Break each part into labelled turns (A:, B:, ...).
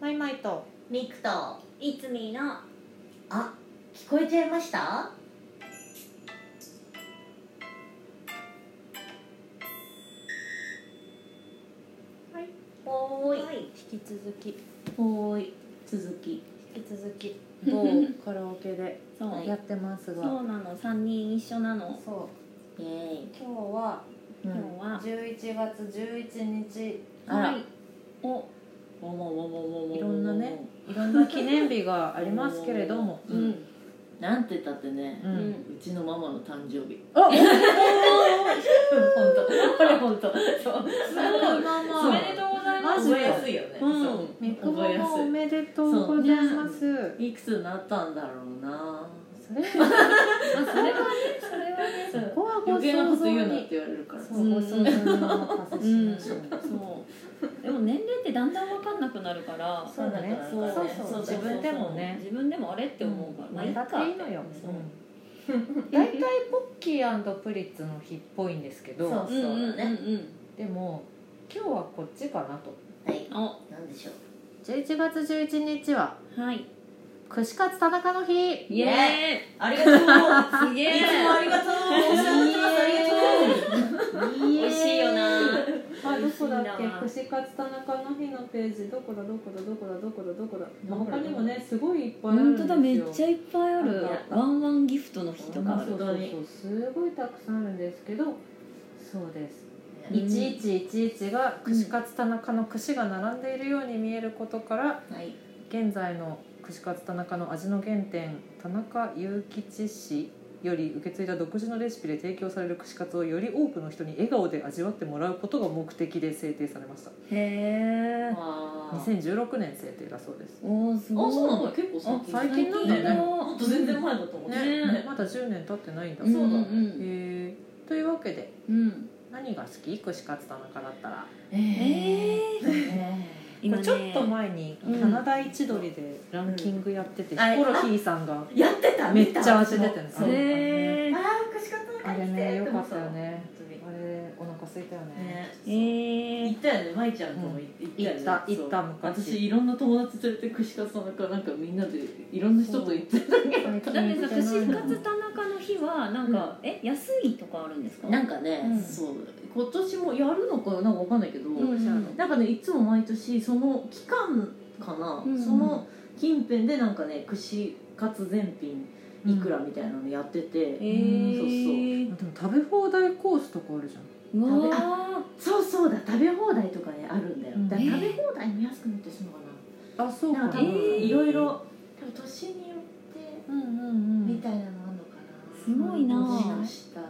A: マイマイと
B: ミクと
C: いつみの
B: あ聞こえちゃいました
A: はい
B: おーい
C: い
A: 引き続き
B: おーい続き
A: 引き続き某カラオケで
C: そう、
B: はい
A: やってますが、
C: そうなの三人一緒なの
A: そ
B: イエーイ
A: う今日は
B: うん
C: 今日は、
A: 11月11日
B: あら
C: はいお
B: もももももも
A: いろんなねいろんな記念日がありますけれども、
B: う
A: うん
B: ん、なんて言ったってね
A: う、
C: うんん
B: うちのママの誕生日
A: あお
B: 本当これ本当そう
A: まあま
B: そう
A: あ
C: めでとうございま
A: マ
C: す
A: ジ
B: 覚え
A: で
B: やすいよね
A: うん
B: そう
A: みく
B: 覚えや
A: お
B: す
A: めでとうございますそ,、
B: いいくつになったんだろうな
A: れは、まあ、それは
C: それは ね
B: そう
A: ここはご
B: 余計な
A: 想
B: こと
A: 像
B: 言うなって
A: に
B: 言われるから
A: そうご想像にお任せしましょう、
C: そうでも年齢ってだんだんわかんなくなるから
A: そうだね
B: そう
A: そう
B: そ
A: そ
B: う
A: う
B: そう
A: 自分でもね
C: 自分でもあれって思うから、
A: うん
C: まあいい
A: だ
C: か
A: っていいのよ
B: そう
A: うん大体ポッキープリッツの日っぽいんですけど
B: そう
C: うんうんうんうん
A: でも今日はこっちかなと
B: はい
C: お
B: なんでしょう
A: 11月11日は
C: はい
A: 串カツ田中の日
C: イエ
B: ありがとういつ
C: ーイすげえ
B: もありがとうお世話になってますありがとう
C: 美味しいよな
A: あどこだっ
C: 美味しいな
A: け串カツ田中の日のページどこだどこだどこだどこだどこだ
B: どこだ
A: 他にもねすごいいっぱいあるんで
C: 本
A: すよ
C: 当だめっちゃいっぱいあ
A: なん
C: る
B: か
C: ワンワンギフトの日とかあ
A: あ
C: る
A: そうそうそうすごいたくさんあるんですけどそうです
C: うん
A: 1111が串カツ田中の串が並んでいるように見えることから
B: はい
A: 現在の串カツ田中の味の原点田中雄吉氏より受け継いだ独自のレシピで提供される串カツをより多くの人に笑顔で味わってもらうことが目的で制定されました
C: へえ
B: あー
A: 2016年制定だそうです
C: おーす
B: あ
C: ごい
B: そうなんだ結構最近
A: あ最近なんだよね
B: もっと全然前だと思って
C: ね
A: まだ10年経ってないんだ
B: そうだね
C: ん
A: へえというわけで
C: うんうん
A: 何が好き串カツ田中だったら
C: え今ね
A: ちょっと前に
C: うん
A: 棚田一鳥でランキングやってて、
B: うん
A: ヒコロヒーさんが
B: やってた
A: めっちゃ味出てる
B: る
A: んです
B: そう
A: よ
C: へ
B: ああ串カツの
A: あれね良かったよね
B: 本
A: あれお腹空いたよ
B: 当に
A: ね
B: ね
C: ええ
B: 行
C: え
B: ったよねまいちゃんとも行ったよね
A: 行った
B: そう
A: 行った昔
B: 私いろんな友達連れて串カツの中なんかみんなでいろんな人と行ってたけ
A: 最近
C: だ
A: 行
C: ってさ串カ
A: って
C: ツ田中の日はなんかえ安いとかあるんですか
B: どなんかね
C: うん
B: そう今年もやるのかなんかわかんないけど
C: うんうん
B: なんかねいつも毎年その期間かな、
C: うん
B: その近辺でなんかね串カツ全品いくらみたいなのやってて、
C: えー
A: ないでも食べ放題コースとかあるじゃん
C: うわ
B: そうそうだ食べ放題とかねあるんだよ、
A: うん
B: だから
C: えー
B: 食べ放題も安くなってしまう
A: あそう
B: かな,、
A: か
B: なん
A: な
B: か多分
C: えー
B: いろいろ多分年によって
A: うんうんう
B: み
A: ん
B: たいなのあんのか
C: す
B: な、
C: ごいな
B: もし
C: ぁ
B: かしたら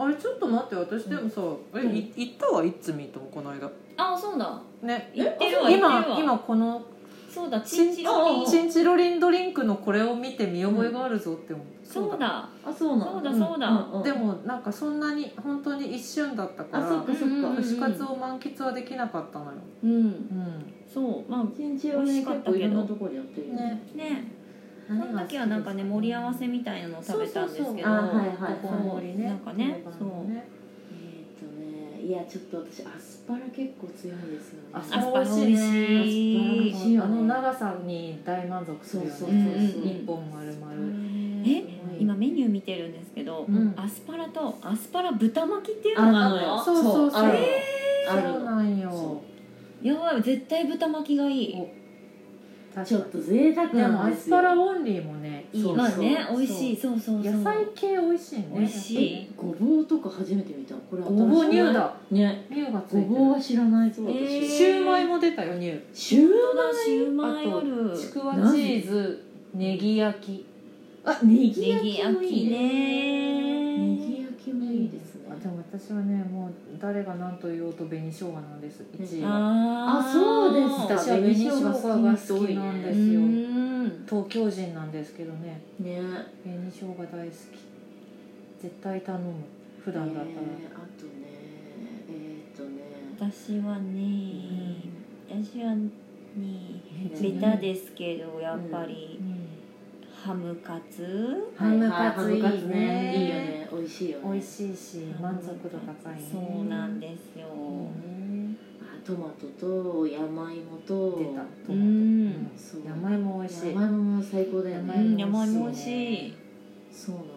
A: あれちょっと待って私でもさ、え
B: うん
A: い行ったわいつみともこの間
C: あそうだ
A: ね
C: 行ってるわ行ってる
A: 今
C: わ
A: 今この
C: そうだチンチロリン
B: あ
A: チンチロリンドリンクのこれを見て見覚えがあるぞって思う、
C: そうだ
B: あそうなの
C: そうだそうだ
B: んん
A: でもなんかそんなに本当に一瞬だったか
B: あ
A: ら
B: そっかそっ
C: うんうん
B: か
C: うん
A: 串カツを満喫はできなかったのよ、
C: うん
A: うん、
C: そうま
B: 一日はね
C: 美味し
B: 結
C: かったけど
B: 構いろんなとこでやってるよ
A: ね
C: あねそ
A: 何
C: の
A: が好きです
C: 時はなんかね盛り合わせみたいなのを食べたんですけど
B: あはいはい
A: ご飯盛りね
C: なんかね
A: 定番
C: そう
A: のね
B: えーっとねいやちょっと私アスパラ結構強いんですよね
A: あ
C: アス
A: そ
C: パラ美味し
B: 美
C: い
B: 味しいよね
A: あの長さに大満足するよね
B: そ
C: そう
B: う
C: そう
A: 一本丸々、
C: え今メニュー見てるんですけど、
A: うん
C: アスパラとアスパラ豚巻きっていう
B: あ
C: のがあ
B: な
C: る
B: の
C: の
B: よ
C: よ
A: そうそうそう
B: あるの
A: え
B: ある
A: そう
B: の
A: なんよ
B: そ
C: やばい絶対豚巻きがいい
B: ち
A: 確
B: ょっ
A: か
B: と贅沢
A: にでも
B: な
A: ア
B: んで
A: ス
B: すよ
A: パラオンリーもねいい
B: そう
A: よ
C: まあね
B: そう
C: 美味しいそうそうそう
A: 野菜系美味しいね
C: 美味しい
B: ごぼうとか初めて見たこれ
A: ごぼう乳
B: 新し
A: だ
B: いね
A: 乳がつい
B: ご
A: て
B: ぼう
A: る
B: は知らないぞ私、
C: えー
A: シューマイも出たよ乳
B: シュー
C: 本当だシューマイある
A: ちくわチーズネギ焼き
B: あネギ
C: ネ
B: 焼
C: ギ
B: き
C: 焼
B: もい
C: き
B: いねネ
C: ね
B: ギ焼きもいいですね
A: あでも私はねもう誰が何と言おうと紅生姜なんです1位は
C: あー
B: あそうでした
A: 私は紅生姜が好きなん
C: う
A: で
C: ー
A: すよ
C: ん
A: 東京人なんですけどね
B: ね
A: 紅生姜大好き絶対頼む普段だったら、
B: えーあとねえーっとね
C: 私はね私はねベタですけどやっぱりハムカツ
A: ハムカツいいね
B: ハムカツねいいよね美味しいよね
A: うん美味しいし満足度高いね
C: そうなんですよ
A: うん
B: あトマトと山芋と
A: 出た
C: う
A: トマト
C: んに甘いも美味しい
B: そうなのよ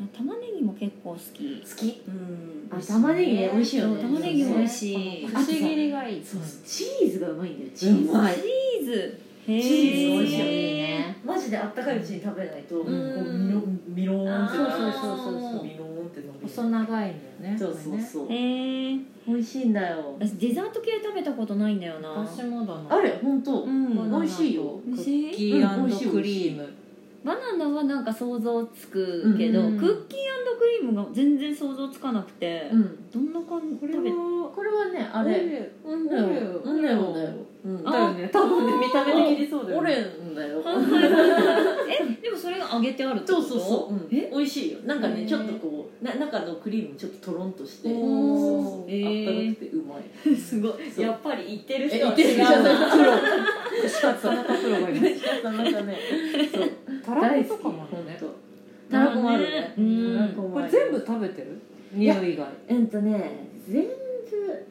C: あ玉ねぎも結構好き
B: 好き
C: うん
B: あ玉ねぎね美味しいよね
C: そう玉ねぎも美味しい
B: あの
A: 串切りがいい
B: そう
A: うん
B: チーズがうまいんだよチーズ
A: うまい
C: チーズチ
B: チーズ美味しいよね
C: い
B: いいねマジであったかいうちに食べないとこうミロミローンってなる
A: そうそうそうそう
B: ミローンって伸びる
A: 細長いんだよね
B: そうそうそう
C: へえ
B: 美味しいんだよ
C: 私デザート系食べたことないんだよな
A: 私もだな
B: あれ本当
C: うん
A: バナナと
B: 美味しいよ
A: クッキークリーム
C: バナナはなんか想像つくけど、
A: うん
C: クッキークリームが全然想像つかなくて、
B: うん
C: どんな感じ
A: これ
C: 食べ
A: は
B: これはねあ
A: あ
B: れ
A: れ
B: うんだようんだよだようん
A: だよね多分ね見た目的にそうだよ
B: オ
A: ね
B: レンだよ
C: えでもそれが揚げてあるって
B: そ
C: こ
B: う
C: と
B: そうそう、うん
C: え
B: 美味しいよなんか
C: へ
B: ね
C: ー
B: ちょっとこうな中のクリームもちょっととろんとしてそう
A: おー
B: そう
C: へー
B: あったかくてうまい
C: すごい
B: そう
C: やっぱり言ってる
B: え
C: 人は
B: 言ってる人じゃないプロ
A: 串カツ田中プロがいる
B: なかなかねそう
A: たら
B: 大
A: こと
B: 好
A: か
B: き
A: もあるね
B: ほんとたらこもあるね
C: う
B: たら
C: ん
B: こも
A: これ
B: ある
A: 全部食べてる
B: や
A: 匂い以外
B: うんとね全部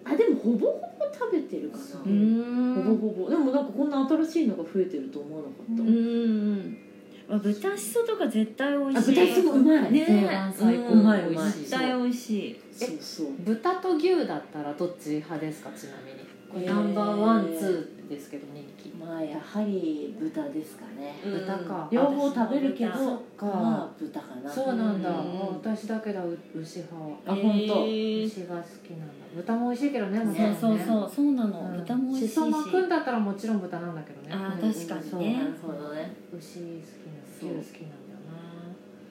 B: あでもほぼほぼ食べてるかな
A: そう
C: う
B: ほ
C: ん
B: ぼほぼでもなんかこんな新しいのが増えてると思わなかった、
A: うん
C: うんまあ豚しそとか絶対美
B: あ
C: 味しい
B: 豚しそううまい
C: ね
A: 定番最高
C: うん
B: うまいうまい
A: 美味
C: 絶
A: しい
C: 対美味しい
B: そうそう
A: 豚と牛だったらどっち派ですかちなみにこれ
B: えー
A: ナンバーワンツーですけど人気
B: まあやはり豚ですかね、
C: うん
A: 豚か
B: 両方食べるけど
C: 私も
A: 豚
B: まあ豚かな
A: そうなんだ
C: うん
A: もう私だけだう牛派は
B: あ本当
C: へー
A: 牛が好きなんだ豚も美味しいけどねもちろん
C: そう
A: ね
C: そうそうそうなの、
A: うん
C: 豚も美味しいし
A: しそ巻くんだったらもちろん豚なんだけどね
C: あ
B: うん
C: 確かにね
B: そうなるほどね
A: 牛好き
B: そう
A: なの牛好きなんだよな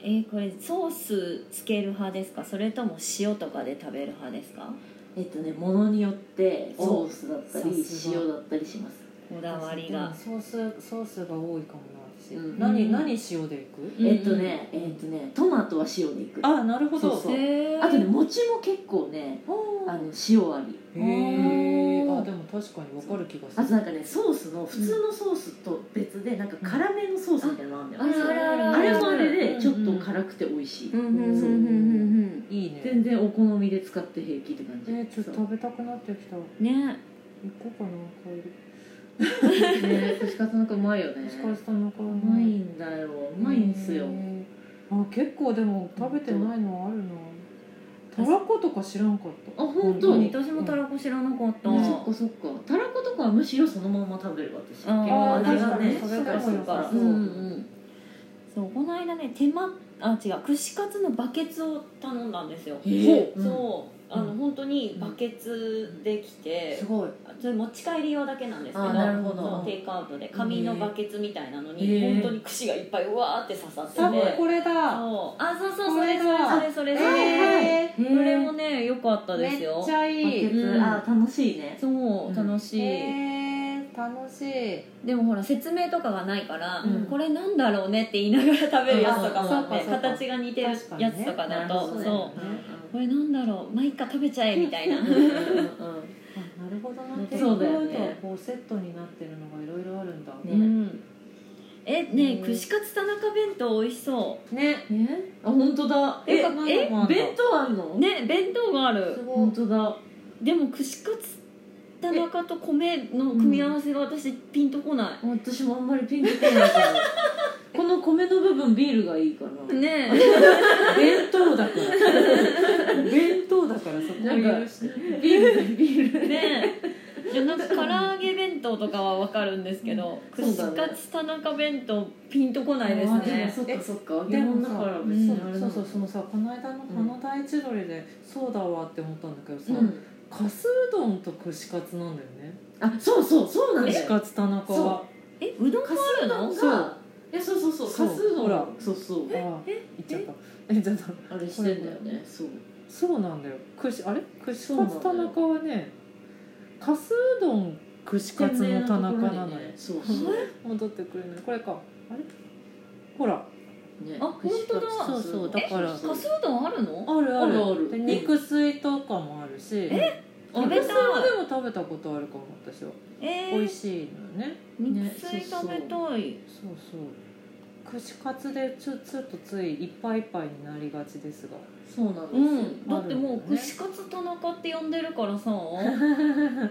C: えー、これソースつける派ですかそれとも塩とかで食べる派ですか
B: えっとねものによって
A: お
B: ソースだったり
A: さすが
B: 塩だったりします
C: こだわりが
A: ソースソースが多いかもな私、
B: うん
A: 何何塩でいく、
C: うん
B: えっとねえっとねトマトは塩でいくあ
A: あなるほど
B: そうそう
C: へー
B: とね餅も結構ねあの塩あり
A: へえ
C: おー
A: あでも確かに分かる気がす
B: あ
A: る
B: となんかねソースの普通のソースと別でなんか辛めのソースみたいなのあるんだよ、
C: あるあるある
B: あれもあれでちょっ
A: うん
B: と
A: うん
B: 辛くて美味しい、
C: うんうんうんうんうん
A: いいね
B: 全然お好みで使って平気って感
A: え
B: じ、
A: ー、ちょっと
B: そう
A: 食べたくなってきた行
C: うんね
A: こうかな帰り
B: ね串カツなんかうまいよね
A: 疲れたのか
B: うまいんだようまいんすよ
A: へーあ結構でも食べてないのあるなたらことか知らんかった
B: あ本当
A: 当に
C: 私もたらこ知らなかった、
A: うん
B: そっかそっかたらことかはむしろそのまま食べる私
C: あー
B: 結構味がね
A: 確かに
B: しっかりするから
A: そ
B: う
A: う
B: んう
A: か
B: ん
C: そうこの間ね手間あ違う串カツのバケツを頼んだんですよ
B: へー
C: そうそうあの
A: うん
C: 本当にバケツできて
A: す、ごい
C: それ持ち帰り用だけなんですけど
B: あなるほど
C: そうテイクアウトで紙のバケツみたいなのに、
B: へ
C: 本
B: ー
C: 当に串がいっぱいうわーって刺さってて
A: 多分これだ
C: そうあそうそう
A: こ
C: それ
A: れ
C: それ
A: だ
C: それそれそ
A: はいはい
C: れ
B: へー
C: それもね良かったですよ
A: めっちゃい
B: バケ
A: い
B: ツ
C: うん
B: あー楽しいね
C: そううん楽しい、
A: へー楽しい
C: でもほら説明とかがないから、
A: うん
C: これなんだろうねって言いながら食べるやつとかもあって
A: あそうかそうか
C: 形が似てるやつとかだ
B: なる
C: と
B: ほどね
C: そうこれなんだろうまあいっか食べちゃえみたいな
B: うんうんうんうん
A: あなるほどな
B: うん
A: テイクア
B: そうだよ
A: ウ
B: ね
A: トはこうセットになってるのがいろいろあるんだ
B: ね
C: うんえねえ
A: うん
C: 串カツ田中弁当美味しそ
A: ね
B: ねあ本当だ
C: え
B: ええ
A: え
B: 弁当あんの
C: うね弁当があ
A: す
C: る
A: ごい
B: 本当だ
C: でも串カツ田中と米の組み合わせが私ピンとこな
B: 私もあんまりピンとこないからこの米の部分ビールがいいかない
C: ねえ
A: 弁当だから 弁当だからそこを許して
B: ビールビール
C: ねえじゃあなんか唐揚げ弁当とかは分かるんですけど
B: うんそう
C: 串
B: だ
C: カ
B: ね
C: ツ田中弁当ピンとこないです
B: あでも
C: ね
B: そっかそっか
A: で
B: でも
A: も
B: だ
A: さ
B: から別
A: そ
B: に
A: う
B: あれなの
A: そうそうそのさこの間の「花大千鳥」でそうだわって思ったんだけどさ、
B: うん
A: かすうどんと串カツなんだよね
B: あそうそうそうなんだよ
A: 串カツ田中は
C: えうどんもあるの
A: そ
B: そう
A: う
B: えそうそうそう
A: そう
B: カス
A: ほら
B: そうそう
A: ああ言っちゃった言っちゃった
B: あれしてんだよねそう
A: そうなんだよ串あれ串
B: そうな
A: カ
B: んだ
A: ツ
B: よ
A: 田中はねかすうどん串カツの田中なのよ
B: そうそう
A: 戻ってくれないこれかあれほら
B: ね
C: あ本当だ
A: そうそうだから
C: かすうどんあるの
A: あるある
B: あるある
A: で肉水とかもあるしえ
C: 食べたい
A: 私はでも食べたことあるかも私は
C: え
A: 美味
C: ー
A: しいのよね
C: 肉水食べた
A: そう
C: い
A: そう串カツでつつとついいっぱいいっぱいになりがちですが
B: そうなんです
C: う
B: よ、
C: ん、だってもう串カツ田中って呼んでるからさ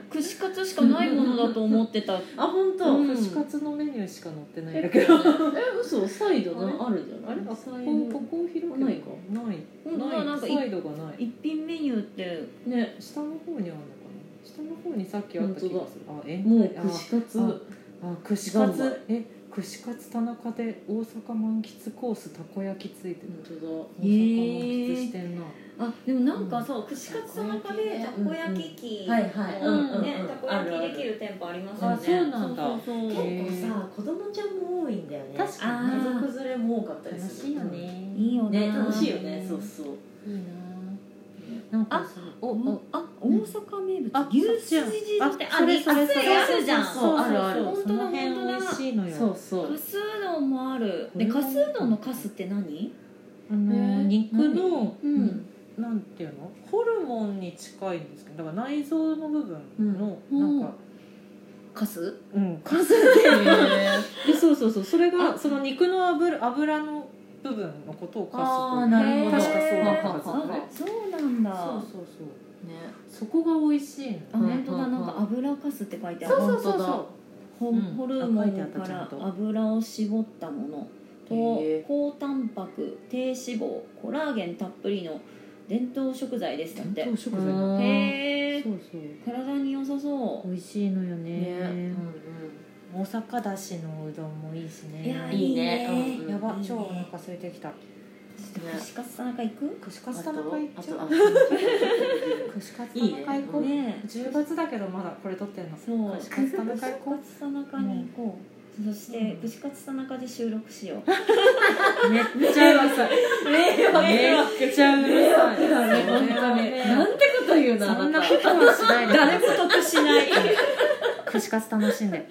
C: 串カツしかないものだと思ってた
B: あ本
C: う
B: 当、え
C: ん
A: 串カツのメニューしか載ってないんだけど、
B: 嘘サイドなあるじゃない
A: あれあそ
B: サイ
A: ここ
B: ド
A: こを広く
B: ないか
A: ない
C: 本当だ
A: な
C: ないんかい
A: サイドがない
C: 一品メニューって
B: ね
A: 下の方にあるのかな下の方にさっきあった気がするあえ
B: もう串カツ
A: ああ串カ
B: 三枚
A: ツえ串カツ田中で大阪満喫コースたこ焼きついてる
B: 本当
A: 大阪満喫してんな、
C: あでもなんかさ、串カツ田中でたこ焼き器
B: うんうんはいはい
A: うんうん
C: ね
B: うん
C: たこ焼きできる店舗ありますよね
A: あそうなんだ
C: そうそうそう
A: へえ
B: 結構さ子供ちゃんも多いんだよね
A: 確
C: かに
B: 家族連れも多かったり
A: 楽
B: す
A: し
B: る
A: いよね
C: いいよね
B: ね楽しいよねそうそう
A: いいななんかそうおお
C: あ大阪名物
A: あ
C: 牛
A: そ
C: す
A: っ
C: じ
A: ち
C: じ
A: やん
C: って
A: あそれそれ
C: 熱いやつじゃん
B: そ
C: そうう
B: そうあるある
C: 本
A: そ
C: 当だ
A: の辺
C: 本当
A: 美
C: だ
A: 味しいのよ
B: そうそう
C: カスうどんもあるで
A: うん
C: カスうどんのカスって何
A: あの
B: へー
A: 肉の
C: う
A: なんていうのホルモンに近いんですけどだから内臓の部分の
C: うん
A: なんか
C: カス
A: うん関西で そうそうそうそれが
C: あ
A: その肉の油油の部分のことをカ
B: あ
A: ス
B: ー
A: と
B: なるほど
A: 確かそうだったはず
B: ははは
A: ね
C: そうなんだ
A: そうそうそう
B: ね
A: そこが美味しいの
C: あ本当
B: うんう
C: だ
B: ん
C: なんか油かすって書いてある
B: そうそうそうそう
C: ホ
A: うん
C: ホルモ
A: あ書いてあ
C: ン
A: った
C: か
A: ちゃん
C: ら
A: と
C: 油を絞ったものと
B: へえ
C: 高タンパク低脂肪コラーゲンたっぷりの伝統食材ですだっ
A: 伝
C: て
A: 統食材
B: う
A: なんの
B: 統
C: へえ
A: そうそう
C: 体に良さそう
A: 美味しいのよ
B: ね
A: ね大阪だしのうどんもいいしね
C: いや
B: いいねうんうん
A: やば
C: いいね
A: 超お腹空いてきた
C: ちょっと串カツ田中行く
A: 串カツ田中行っちゃう串カツ田中行こ
B: う
A: う
B: いい
C: ねえ
A: 10月だけどまだこれ撮ってんの
C: そう
A: 串カツ田中行こう
C: 串カツ田中に行こうそして
A: うん
C: 串カツ田中で収録しよう
A: めっちゃうるさい
B: 迷惑
A: め っちゃうるさい
B: 本当になんてこと言うな
A: そ
B: あ
A: んな
B: な
A: こ
B: た
A: とはしないでください
C: 誰も得しない
A: 串カツ楽しんで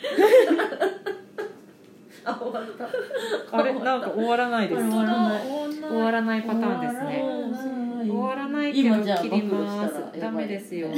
B: あ終わった
A: あれなんか終わらないです
B: 終わらない
A: 終わらないパターンですね
B: 終わらな
A: 終わ
B: い
A: らないけど
B: 今じゃあ
A: 切りま
B: 暴露した
A: す
B: らや
A: ダ
B: ば
A: メ
B: い
A: ですよ